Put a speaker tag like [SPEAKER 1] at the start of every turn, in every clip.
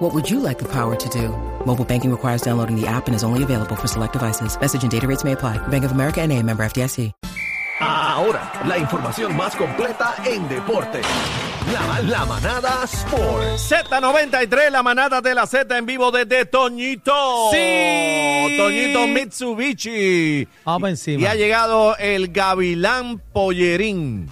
[SPEAKER 1] What would you like the power to do? Mobile banking requires downloading the app and is only available for select devices. Message and data rates may apply. Bank of America and a member FDIC.
[SPEAKER 2] Ahora, la información más completa en deporte. La, la manada Sports.
[SPEAKER 3] Z93, la manada de la Z en vivo desde Toñito.
[SPEAKER 4] Sí.
[SPEAKER 3] Toñito Mitsubishi.
[SPEAKER 4] Vamos pa' encima.
[SPEAKER 3] Y ha llegado el Gavilán Pollerín.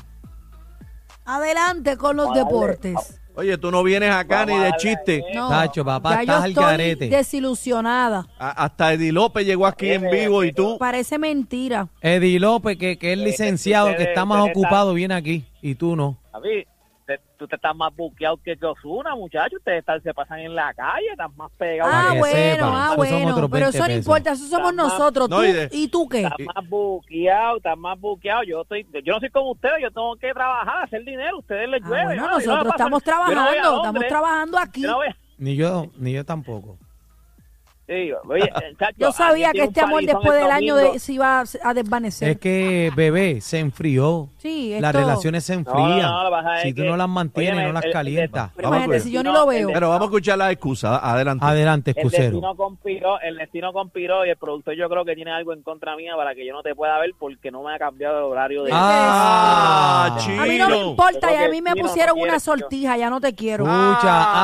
[SPEAKER 5] Adelante con los deportes.
[SPEAKER 3] Oye, tú no vienes acá ni de chiste.
[SPEAKER 5] ¿eh? No,
[SPEAKER 4] Tacho, papá,
[SPEAKER 5] ya
[SPEAKER 4] estás
[SPEAKER 5] yo
[SPEAKER 4] al
[SPEAKER 5] estoy
[SPEAKER 4] garete.
[SPEAKER 5] desilusionada.
[SPEAKER 3] A- hasta Eddie López llegó aquí en vivo y tú.
[SPEAKER 5] Parece mentira.
[SPEAKER 4] Eddie López, que, que es licenciado, que
[SPEAKER 6] ustedes-
[SPEAKER 4] está más
[SPEAKER 6] ustedes
[SPEAKER 4] ocupado, viene aquí y tú no.
[SPEAKER 6] Javi, te- tú te estás más buqueado que Osuna, muchachos. Ustedes están- se pasan en la calle, están más pegados.
[SPEAKER 5] Ah,
[SPEAKER 4] para que
[SPEAKER 5] bueno,
[SPEAKER 4] sepa,
[SPEAKER 5] ah,
[SPEAKER 4] esos son
[SPEAKER 5] bueno.
[SPEAKER 4] otros
[SPEAKER 5] Pero
[SPEAKER 4] 20
[SPEAKER 5] eso no
[SPEAKER 4] pesos.
[SPEAKER 5] importa, eso somos
[SPEAKER 6] Está más-
[SPEAKER 5] nosotros.
[SPEAKER 3] No,
[SPEAKER 5] tú,
[SPEAKER 3] y de-
[SPEAKER 5] ¿Y tú qué? Ah,
[SPEAKER 6] Están más buqueados, están más buqueados. Yo estoy, yo no soy como ustedes, yo tengo que trabajar, hacer dinero. Ustedes les
[SPEAKER 5] Ah,
[SPEAKER 6] llueve.
[SPEAKER 5] bueno,
[SPEAKER 6] ¿no? Yo no
[SPEAKER 5] nosotros
[SPEAKER 6] paso-
[SPEAKER 5] estamos
[SPEAKER 6] yo no voy a
[SPEAKER 5] trabajando, estamos
[SPEAKER 6] Londres,
[SPEAKER 5] trabajando aquí.
[SPEAKER 6] yo no voy a-
[SPEAKER 4] Ni yo, ni yo tampoco.
[SPEAKER 6] Sí, oye, eh, chacho,
[SPEAKER 5] Ah, Yo sabía
[SPEAKER 6] alguien
[SPEAKER 5] que
[SPEAKER 6] tiene un
[SPEAKER 5] este amor
[SPEAKER 6] palizón
[SPEAKER 5] después
[SPEAKER 6] este
[SPEAKER 5] del año
[SPEAKER 6] domingo.
[SPEAKER 5] de- se iba a, a desvanecer.
[SPEAKER 4] Es que, bebé, se enfrió.
[SPEAKER 5] Sí,
[SPEAKER 4] Las
[SPEAKER 5] esto-
[SPEAKER 4] relaciones se
[SPEAKER 6] No, no,
[SPEAKER 4] enfrían.
[SPEAKER 6] no, lo que pasa
[SPEAKER 4] si
[SPEAKER 6] es
[SPEAKER 4] tú
[SPEAKER 6] que-
[SPEAKER 4] no las mantienes,
[SPEAKER 6] Óyeme,
[SPEAKER 4] no las
[SPEAKER 6] el- el-
[SPEAKER 4] calientas.
[SPEAKER 5] Pero imagínate,
[SPEAKER 3] Vamos,
[SPEAKER 5] si yo ni
[SPEAKER 6] no,
[SPEAKER 5] lo
[SPEAKER 6] el
[SPEAKER 5] veo.
[SPEAKER 6] de-
[SPEAKER 3] Pero vamos a escuchar la excusa. Adelante.
[SPEAKER 4] Adelante,
[SPEAKER 6] El
[SPEAKER 4] excusero.
[SPEAKER 6] destino, conspiró, el destino conspiró y el productor yo creo que tiene algo en contra mía para que yo no te pueda ver porque no me ha cambiado el horario de...
[SPEAKER 4] Ah,
[SPEAKER 3] Ah,
[SPEAKER 5] a mí no me
[SPEAKER 3] Chino.
[SPEAKER 5] importa,
[SPEAKER 6] Creo
[SPEAKER 5] ya a
[SPEAKER 6] que
[SPEAKER 5] mí me
[SPEAKER 6] Chino no
[SPEAKER 5] pusieron
[SPEAKER 6] quiere,
[SPEAKER 5] una
[SPEAKER 6] yo-
[SPEAKER 5] sortija, ya no te quiero.
[SPEAKER 4] Escucha,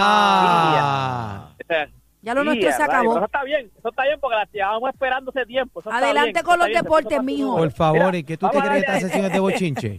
[SPEAKER 6] Ah.
[SPEAKER 4] ah.
[SPEAKER 6] O sea,
[SPEAKER 5] Ya lo
[SPEAKER 6] Sí,
[SPEAKER 5] nuestro se
[SPEAKER 6] rayos,
[SPEAKER 5] acabó.
[SPEAKER 6] Eso está bien, eso está bien porque la llevábamos esperando hace tiempo. eso está
[SPEAKER 5] Adelante
[SPEAKER 6] bien,
[SPEAKER 5] con
[SPEAKER 6] eso
[SPEAKER 5] los
[SPEAKER 6] está bien,
[SPEAKER 5] deportes,
[SPEAKER 6] eso está
[SPEAKER 5] mijo.
[SPEAKER 6] seguro.
[SPEAKER 4] Por favor,
[SPEAKER 6] Mira,
[SPEAKER 4] ¿y qué tú te
[SPEAKER 6] vamos a
[SPEAKER 4] crees de
[SPEAKER 6] darle-
[SPEAKER 4] estas sesiones de este bochinche?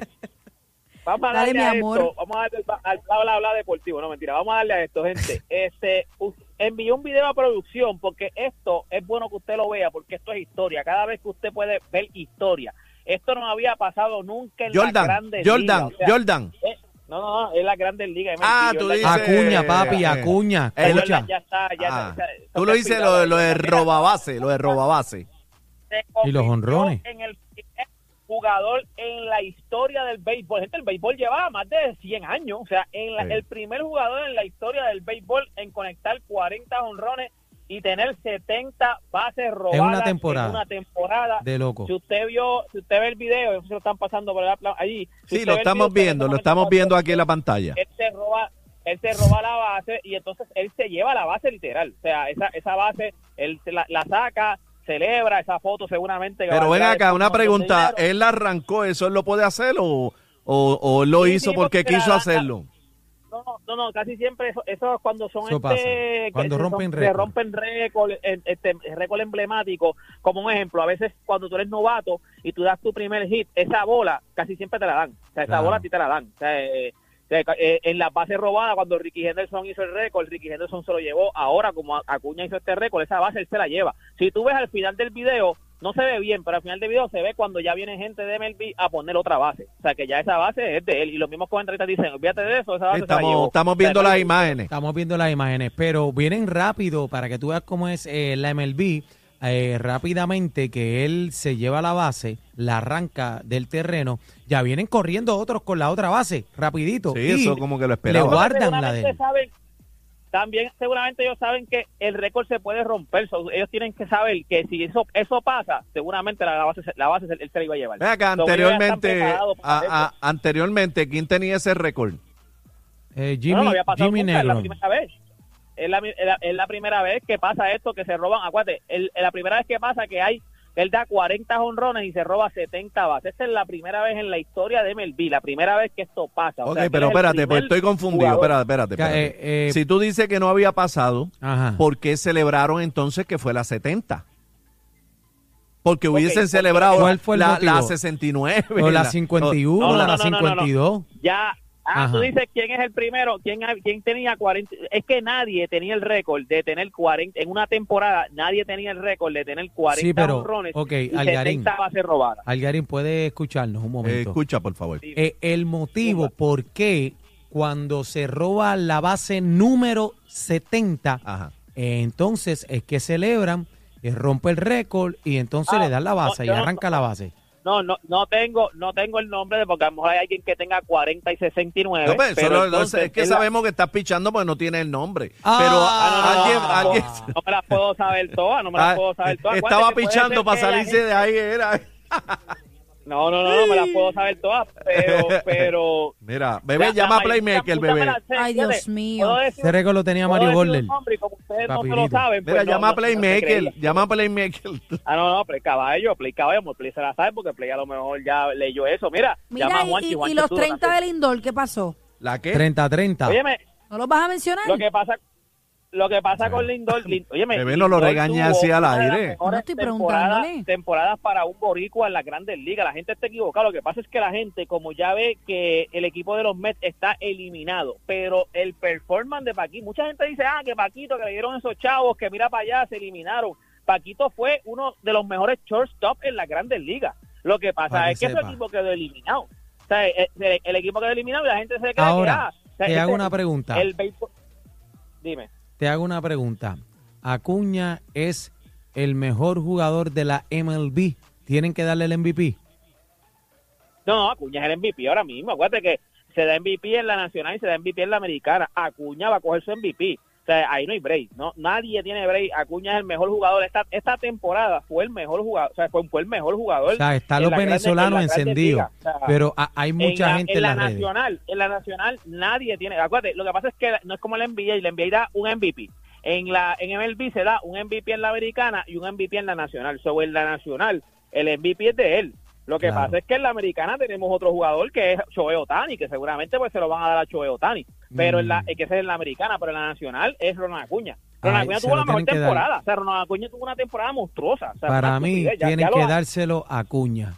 [SPEAKER 6] Vamos a
[SPEAKER 5] Dale,
[SPEAKER 6] darle
[SPEAKER 5] mi
[SPEAKER 6] a
[SPEAKER 5] amor.
[SPEAKER 6] esto, vamos a darle al, al bla, bla, bla deportivo, no mentira, vamos a darle a esto, gente. Este, u- envié un video a producción porque esto es bueno que usted lo vea porque esto es historia. Cada vez que usted puede ver historia, esto no había pasado nunca en la
[SPEAKER 3] Jordan,
[SPEAKER 6] grande
[SPEAKER 3] Jordan, Jordan.
[SPEAKER 6] eh, no, no, no, es la grande liga. es
[SPEAKER 3] Ah,
[SPEAKER 6] mentira,
[SPEAKER 3] tú
[SPEAKER 6] Jordan ya-
[SPEAKER 3] dices-
[SPEAKER 4] Acuña, papi,
[SPEAKER 3] eh,
[SPEAKER 4] acuña.
[SPEAKER 3] eh,
[SPEAKER 6] Jordan
[SPEAKER 4] Escucha.
[SPEAKER 6] ya está, ya
[SPEAKER 3] Ah,
[SPEAKER 6] está- está-
[SPEAKER 3] Tú lo dices lo, de- lo de
[SPEAKER 6] Mira,
[SPEAKER 3] robabase, lo de robabase.
[SPEAKER 6] se
[SPEAKER 4] Y los
[SPEAKER 6] convirtió
[SPEAKER 4] jonrones.
[SPEAKER 6] En el primer jugador en la historia del béisbol. Gente, el béisbol llevaba más de 100 años. O sea, en la-
[SPEAKER 3] Sí.
[SPEAKER 6] el primer jugador en la historia del béisbol en conectar 40 honrones y tener 70 bases robadas
[SPEAKER 4] temporada.
[SPEAKER 6] una temporada.
[SPEAKER 4] De loco.
[SPEAKER 6] Si usted vio, si usted ve el video, eso se lo están pasando por la, pla- allí. Si
[SPEAKER 3] Sí,
[SPEAKER 6] usted
[SPEAKER 3] lo
[SPEAKER 6] ve el
[SPEAKER 3] estamos
[SPEAKER 6] video,
[SPEAKER 3] viendo, lo
[SPEAKER 6] usted
[SPEAKER 3] estamos
[SPEAKER 6] ve
[SPEAKER 3] viendo aquí en la pantalla.
[SPEAKER 6] él se roba él se roba la base y entonces él se lleva la base literal o sea esa, esa base él se la, la saca celebra esa foto seguramente
[SPEAKER 3] Pero ven
[SPEAKER 6] valdrá
[SPEAKER 3] acá, una
[SPEAKER 6] después un montón de
[SPEAKER 3] pregunta.
[SPEAKER 6] dinero.
[SPEAKER 3] ¿Él arrancó eso? ¿Él lo puede hacer o, o, o él lo
[SPEAKER 6] Sí,
[SPEAKER 3] hizo
[SPEAKER 6] sí,
[SPEAKER 3] porque
[SPEAKER 6] porque
[SPEAKER 3] quiso
[SPEAKER 6] la-
[SPEAKER 3] hacerlo?
[SPEAKER 6] no, no no casi siempre eso, eso es cuando son
[SPEAKER 4] Eso
[SPEAKER 6] este-
[SPEAKER 4] pasa,
[SPEAKER 6] que
[SPEAKER 4] cuando
[SPEAKER 6] se-
[SPEAKER 4] rompen
[SPEAKER 6] se
[SPEAKER 4] récord.
[SPEAKER 6] rompen récord eh, este récord emblemático como un ejemplo a veces cuando tú eres novato y tú das tu primer hit esa bola casi siempre te la dan o sea esa
[SPEAKER 4] Claro.
[SPEAKER 6] bola a ti te la dan o sea, eh, O sea, eh, en las bases robadas, cuando Ricky Henderson hizo el récord, Ricky Henderson se lo llevó. Ahora, como Acuña hizo este récord, esa base él se la lleva. Si tú ves al final del video, no se ve bien, pero al final del video se ve cuando ya viene gente de MLB a poner otra base. O sea, que ya esa base es de él. Y los mismos comentaristas dicen, olvídate de eso, esa base se la
[SPEAKER 3] Estamos,
[SPEAKER 6] llevó.
[SPEAKER 3] estamos viendo
[SPEAKER 6] O sea,
[SPEAKER 3] las imágenes.
[SPEAKER 4] Estamos viendo las imágenes, pero vienen rápido para que tú veas cómo es eh, la MLB. eh, rápidamente que él se lleva la base, la arranca del terreno, ya vienen corriendo otros con la otra base, rapidito.
[SPEAKER 3] Sí,
[SPEAKER 4] y
[SPEAKER 3] eso como que lo
[SPEAKER 4] le
[SPEAKER 3] esperaba.
[SPEAKER 4] guardan la de
[SPEAKER 6] Seguramente
[SPEAKER 4] él.
[SPEAKER 6] saben- también seguramente ellos saben que el récord se puede romper. So, ellos tienen que saber que si eso eso pasa, seguramente la, la base, se- la base se- él se la iba a llevar.
[SPEAKER 3] Ven acá,
[SPEAKER 6] So, ellos ya están
[SPEAKER 3] anteriormente,
[SPEAKER 6] preparados para eso.
[SPEAKER 3] a- a- anteriormente, ¿quién tenía ese récord?
[SPEAKER 4] Eh,
[SPEAKER 6] No,
[SPEAKER 4] Jimmy,
[SPEAKER 6] no había pasado
[SPEAKER 4] Jimmy
[SPEAKER 6] nunca, es la
[SPEAKER 4] Negro.
[SPEAKER 6] primera vez. Es la, es la- es la primera vez que pasa esto, que se roban, acuérdate, el- es la primera vez que pasa que hay, él da 40 honrones y se roba 70 bases. Esta es la primera vez en la historia de MLB, la primera vez que esto pasa. O
[SPEAKER 3] ok,
[SPEAKER 6] sea, que
[SPEAKER 3] pero
[SPEAKER 6] él es el
[SPEAKER 3] espérate, pues
[SPEAKER 6] primer
[SPEAKER 3] estoy confundido. Espérate,
[SPEAKER 6] jugador.
[SPEAKER 3] espérate. espérate.
[SPEAKER 4] Eh, Ah. eh,
[SPEAKER 3] si tú dices que no había pasado,
[SPEAKER 4] Ajá.
[SPEAKER 3] ¿por qué celebraron entonces que fue la 70? Porque
[SPEAKER 6] Ok,
[SPEAKER 3] hubiesen
[SPEAKER 6] ok.
[SPEAKER 3] celebrado
[SPEAKER 4] ¿Cuál fue el
[SPEAKER 3] la,
[SPEAKER 4] motivo?
[SPEAKER 3] la 69.
[SPEAKER 4] o la 51,
[SPEAKER 6] No, no, no,
[SPEAKER 4] la
[SPEAKER 6] no, no, no, no.
[SPEAKER 4] 52.
[SPEAKER 6] Ya, ah, tú
[SPEAKER 4] Ajá.
[SPEAKER 6] dices quién es el primero, quién, ha- quién tenía 40, es que nadie tenía el récord de tener 40, en una temporada nadie tenía el récord de tener 40
[SPEAKER 4] Sí, pero,
[SPEAKER 6] honrones
[SPEAKER 4] ok,
[SPEAKER 6] y
[SPEAKER 4] Algarín.
[SPEAKER 6] 70 bases robadas.
[SPEAKER 4] Algarín puede escucharnos un
[SPEAKER 3] Eh,
[SPEAKER 4] momento.
[SPEAKER 3] escucha, por favor.
[SPEAKER 4] Eh, el motivo por qué cuando se roba la base número 70
[SPEAKER 3] Ajá.
[SPEAKER 4] Eh, entonces es que celebran, eh, rompe el récord y entonces
[SPEAKER 6] Ah,
[SPEAKER 4] le dan la base
[SPEAKER 6] no,
[SPEAKER 4] y
[SPEAKER 6] yo no-
[SPEAKER 4] arranca la base.
[SPEAKER 6] No, no, no tengo, no tengo el nombre de porque a lo mejor hay alguien que tenga 40 y 69.
[SPEAKER 3] No, pero eso no- no,
[SPEAKER 6] entonces
[SPEAKER 3] es que
[SPEAKER 6] es la-
[SPEAKER 3] sabemos que estás pichando porque no tiene el nombre.
[SPEAKER 4] Ah.
[SPEAKER 3] pero
[SPEAKER 6] Ah, no, no,
[SPEAKER 3] alguien,
[SPEAKER 6] no, no,
[SPEAKER 3] alguien
[SPEAKER 6] no, no me las puedo saber todas, no me las
[SPEAKER 3] Ah,
[SPEAKER 6] puedo saber todas.
[SPEAKER 3] estaba
[SPEAKER 6] Acuérdate que puede
[SPEAKER 3] pichando
[SPEAKER 6] ser
[SPEAKER 3] para
[SPEAKER 6] que la
[SPEAKER 3] salirse de ahí. Era.
[SPEAKER 6] gente- No, no, no, no me las puedo saber todas, pero, pero.
[SPEAKER 3] Mira, bebé,
[SPEAKER 6] la- la
[SPEAKER 3] llama a
[SPEAKER 6] mayoría
[SPEAKER 3] Playmaker,
[SPEAKER 6] muchas me
[SPEAKER 3] bebé.
[SPEAKER 6] las sé,
[SPEAKER 5] Ay, Dios
[SPEAKER 6] fíjate.
[SPEAKER 5] mío.
[SPEAKER 6] Puedo decir-
[SPEAKER 4] Ese récord lo tenía Mario
[SPEAKER 6] puedo decir un
[SPEAKER 4] Borler.
[SPEAKER 6] nombre y como ustedes no se lo
[SPEAKER 4] Rapidito.
[SPEAKER 6] saben, pues
[SPEAKER 3] Mira,
[SPEAKER 6] no,
[SPEAKER 3] llama
[SPEAKER 6] no,
[SPEAKER 3] a
[SPEAKER 6] no se
[SPEAKER 3] Playmaker,
[SPEAKER 6] creía.
[SPEAKER 3] llama a Playmaker.
[SPEAKER 6] Ah, no, no, Play Caballo, Play Caballo, amor, Play se la sabe porque Play a lo mejor ya leyó eso. Mira, llama
[SPEAKER 5] Mira,
[SPEAKER 6] a Juanchi,
[SPEAKER 5] y, y-
[SPEAKER 6] Juanchi
[SPEAKER 5] y los
[SPEAKER 6] estuvo en la
[SPEAKER 5] 30 del Lindor, ¿qué pasó?
[SPEAKER 3] ¿La
[SPEAKER 6] Eh,
[SPEAKER 3] qué?
[SPEAKER 4] 30-30.
[SPEAKER 6] Óyeme,
[SPEAKER 5] ¿No los vas a mencionar?
[SPEAKER 6] lo que pasa lo que pasa con Lindor, Lin- óyeme,
[SPEAKER 3] Bebé, no lo
[SPEAKER 6] Lindor
[SPEAKER 3] regañe
[SPEAKER 6] tuvo
[SPEAKER 3] así al
[SPEAKER 6] una de las
[SPEAKER 3] aire.
[SPEAKER 6] mejores
[SPEAKER 5] No estoy
[SPEAKER 6] temporadas-
[SPEAKER 5] preguntándole.
[SPEAKER 6] temporadas para un boricua en las Grandes Ligas. La gente está equivocada. Lo que pasa es que la gente, como ya ve que el equipo de los Mets está eliminado, pero el performance de Paquito, mucha gente dice, ah, que Paquito, que le dieron esos chavos, que mira para allá, se eliminaron. Paquito fue uno de los mejores shortstop en las Grandes Ligas. Lo que pasa
[SPEAKER 4] Para que
[SPEAKER 6] es que ese
[SPEAKER 4] sepa.
[SPEAKER 6] equipo quedó eliminado. O sea, el, el- el equipo quedó eliminado y la gente se queda
[SPEAKER 4] Ahora,
[SPEAKER 6] que, ah, o sea,
[SPEAKER 4] te
[SPEAKER 6] ese-
[SPEAKER 4] hago una pregunta.
[SPEAKER 6] el béisbol. Dime.
[SPEAKER 4] Te hago una pregunta. Acuña es el mejor jugador de la MLB. Tienen que darle el MVP.
[SPEAKER 6] No, Acuña es el MVP ahora mismo. Acuérdate que se da MVP en la nacional y se da MVP en la americana. Acuña va a coger su MVP. O sea, ahí no hay break. No, nadie tiene break. Acuña es el mejor jugador. Esta, esta temporada fue el mejor jugador. O sea, fue, fue el mejor jugador.
[SPEAKER 4] O sea, están
[SPEAKER 6] en
[SPEAKER 4] los
[SPEAKER 6] la grande-
[SPEAKER 4] venezolanos
[SPEAKER 6] en la grande
[SPEAKER 4] encendidos.
[SPEAKER 6] liga. O sea,
[SPEAKER 4] Pero a- hay mucha
[SPEAKER 6] en la-
[SPEAKER 4] gente
[SPEAKER 6] en la,
[SPEAKER 4] las redes.
[SPEAKER 6] nacional, en la nacional nadie tiene, acuérdate, lo que pasa es que no es como la NBA, y la NBA da un MVP. En la en MLB se da un MVP en la americana y un MVP en la nacional. Sobre en la nacional, el MVP es de él. Lo que
[SPEAKER 4] Claro.
[SPEAKER 6] pasa es que en la americana tenemos otro jugador que es Choe Otani, que seguramente pues se lo van a dar a Choe Otani, pero en la
[SPEAKER 4] Mm.
[SPEAKER 6] eh, que ese es en la americana, pero en la nacional es Ronald Acuña.
[SPEAKER 4] Ay,
[SPEAKER 6] Ronald Acuña
[SPEAKER 4] se
[SPEAKER 6] tuvo
[SPEAKER 4] lo
[SPEAKER 6] la mejor
[SPEAKER 4] tienen que dar.
[SPEAKER 6] temporada, o sea, Ronald Acuña tuvo una temporada monstruosa. O sea,
[SPEAKER 4] Para
[SPEAKER 6] una
[SPEAKER 4] mí
[SPEAKER 6] estupidez. Ya-
[SPEAKER 4] tienen
[SPEAKER 6] ya lo
[SPEAKER 4] que
[SPEAKER 6] ha-
[SPEAKER 4] dárselo a Acuña,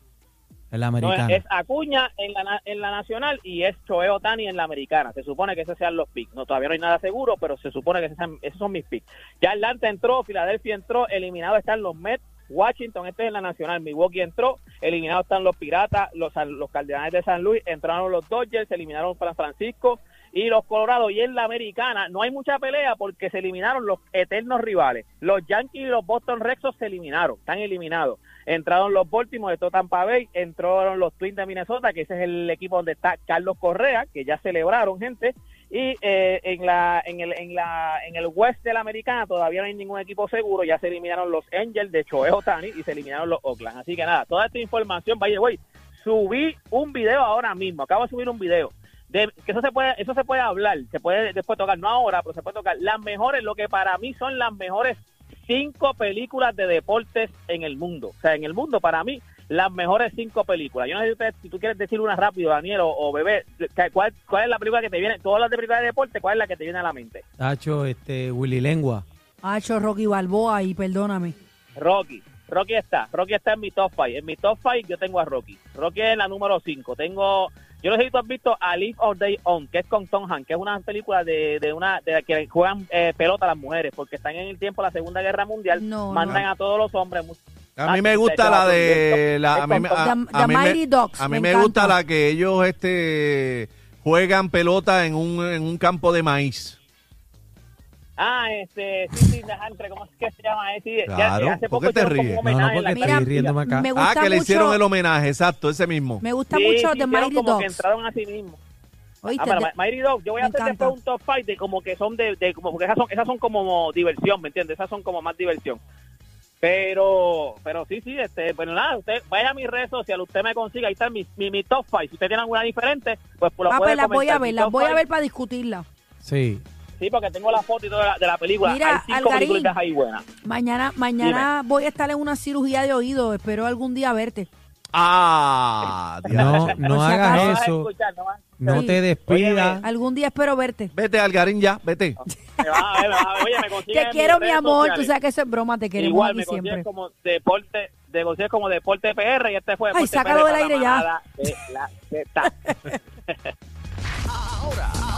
[SPEAKER 4] el
[SPEAKER 6] no,
[SPEAKER 4] americano.
[SPEAKER 6] es Acuña en la, na- en la nacional y es Choe Otani en la americana. Se supone que esos sean los picks. No, todavía no hay nada seguro, pero se supone que esos, sean- esos son mis picks. Ya Atlanta entró, Filadelfia entró, eliminado están los Mets. Washington, este es en la nacional. Milwaukee entró, eliminados están los Piratas, los, San- los Cardenales de San Luis, entraron los Dodgers, se eliminaron San Francisco y los Colorados. Y en la americana no hay mucha pelea porque se eliminaron los eternos rivales. Los Yankees y los Boston Red Sox se eliminaron, están eliminados. Entraron los Baltimore, entró Tampa Bay, entraron los Twins de Minnesota, que ese es el equipo donde está Carlos Correa, que ya celebraron, gente. Y eh, en, la, en, el, en, la, en el West de la Americana todavía no hay ningún equipo seguro, ya se eliminaron los Angels de Choe Otani y se eliminaron los Oakland. Así que nada, toda esta información, vaya, güey, subí un video ahora mismo, acabo de subir un video. De, que eso se puede eso se puede hablar, se puede después tocar, no ahora, pero se puede tocar. Las mejores, lo que para mí son las mejores cinco películas de deportes en el mundo. O sea, en el mundo, para mí, las mejores cinco películas. Yo no sé si, ustedes- si tú quieres decir una rápido, Daniel, o, o Bebé, que- ¿cuál, ¿cuál es la película que te viene? Todas las de películas de deporte, ¿cuál es la que te viene a la mente?
[SPEAKER 4] Tacho, este, Willy Lengua.
[SPEAKER 5] Hacho Rocky Balboa y perdóname.
[SPEAKER 6] Rocky. Rocky está. Rocky está en mi top five. En mi top five yo tengo a Rocky. Rocky es la número 5. Tengo... Yo no sé si tú has visto A Leaf All Day On, que es con Tom Hanks, que es una película de, de una de la que juegan eh, pelota las mujeres, porque están en el tiempo de la Segunda Guerra Mundial,
[SPEAKER 5] No,
[SPEAKER 6] mandan
[SPEAKER 5] no.
[SPEAKER 6] a todos los hombres,
[SPEAKER 3] A mí me gusta la de la, a mí, me- a-
[SPEAKER 5] The-
[SPEAKER 3] a
[SPEAKER 5] The
[SPEAKER 3] mí me-
[SPEAKER 5] Mighty Ducks,
[SPEAKER 3] a mí
[SPEAKER 5] me
[SPEAKER 3] me
[SPEAKER 5] encanta.
[SPEAKER 3] gusta la que ellos este juegan pelota en un, en un campo de maíz.
[SPEAKER 6] Ah, este, sí, sí, ajá, entre, ¿cómo es que se llama? Eh, sí, ya-
[SPEAKER 3] Claro,
[SPEAKER 6] ya hace
[SPEAKER 3] ¿por qué
[SPEAKER 6] poco
[SPEAKER 3] te
[SPEAKER 6] hicieron como
[SPEAKER 3] ríes?
[SPEAKER 6] un
[SPEAKER 4] No,
[SPEAKER 6] homenaje
[SPEAKER 4] no,
[SPEAKER 6] en
[SPEAKER 4] porque
[SPEAKER 6] la
[SPEAKER 4] estoy
[SPEAKER 5] Mira,
[SPEAKER 6] Gran
[SPEAKER 4] riéndome
[SPEAKER 6] Vía.
[SPEAKER 4] acá.
[SPEAKER 5] Me gusta
[SPEAKER 3] Ah, que le
[SPEAKER 5] mucho,
[SPEAKER 3] hicieron el homenaje, exacto, ese mismo.
[SPEAKER 5] Me gusta
[SPEAKER 6] Sí,
[SPEAKER 5] mucho
[SPEAKER 6] sí,
[SPEAKER 5] The
[SPEAKER 6] hicieron
[SPEAKER 5] Mighty
[SPEAKER 6] como que
[SPEAKER 5] Dogs.
[SPEAKER 6] entraron a sí mismo.
[SPEAKER 5] Oíste,
[SPEAKER 6] Ah, pero
[SPEAKER 5] de-
[SPEAKER 6] Ma- Mighty Dogs, yo voy a
[SPEAKER 5] me
[SPEAKER 6] hacer
[SPEAKER 5] encanta.
[SPEAKER 6] después un top five de como que son de, de como porque esas son, esas son como diversión, ¿me entiendes? Esas son como más diversión. Pero, pero sí, sí, este, bueno, nada, usted vaya a mis redes sociales, usted me consigue, ahí está mi, mi, mi top five. Si usted tiene alguna diferente, pues lo
[SPEAKER 5] Ah,
[SPEAKER 6] puede
[SPEAKER 5] pues las voy a
[SPEAKER 6] comentar.
[SPEAKER 5] ver,
[SPEAKER 6] Mi
[SPEAKER 5] las
[SPEAKER 6] top
[SPEAKER 5] voy a
[SPEAKER 6] five,
[SPEAKER 5] ver para discutirla.
[SPEAKER 4] Sí.
[SPEAKER 6] Sí, porque tengo la foto y todo de la, de la película.
[SPEAKER 5] Mira,
[SPEAKER 6] Hay cinco
[SPEAKER 5] Algarín.
[SPEAKER 6] películas ahí buenas.
[SPEAKER 5] Mañana, mañana voy a estar en una cirugía de oído. Espero algún día verte.
[SPEAKER 3] Ah,
[SPEAKER 4] No,
[SPEAKER 3] diablo.
[SPEAKER 4] no
[SPEAKER 5] si
[SPEAKER 3] Ah,
[SPEAKER 4] hagas
[SPEAKER 5] acaso.
[SPEAKER 6] No vas a
[SPEAKER 4] eso.
[SPEAKER 6] escuchar, no vas a
[SPEAKER 4] No
[SPEAKER 5] Sí.
[SPEAKER 4] te
[SPEAKER 6] Ah.
[SPEAKER 4] despidas.
[SPEAKER 5] Algún día espero verte.
[SPEAKER 3] Vete Algarín ya, vete.
[SPEAKER 6] Me vas a ver, me vas a ver. Oye, me consigues
[SPEAKER 5] Te
[SPEAKER 6] en
[SPEAKER 5] quiero,
[SPEAKER 6] mis
[SPEAKER 5] mi
[SPEAKER 6] redes
[SPEAKER 5] amor. Tú
[SPEAKER 6] sociales.
[SPEAKER 5] sabes que eso es broma. Te queremos
[SPEAKER 6] Igual
[SPEAKER 5] aquí
[SPEAKER 6] me consigues
[SPEAKER 5] siempre.
[SPEAKER 6] como deporte, me consigues como deporte PR y este fue
[SPEAKER 5] Ay,
[SPEAKER 6] deporte
[SPEAKER 5] sácalo
[SPEAKER 6] PR
[SPEAKER 5] del
[SPEAKER 6] para
[SPEAKER 5] aire ya.
[SPEAKER 6] la manada de la Z.
[SPEAKER 2] Ahora,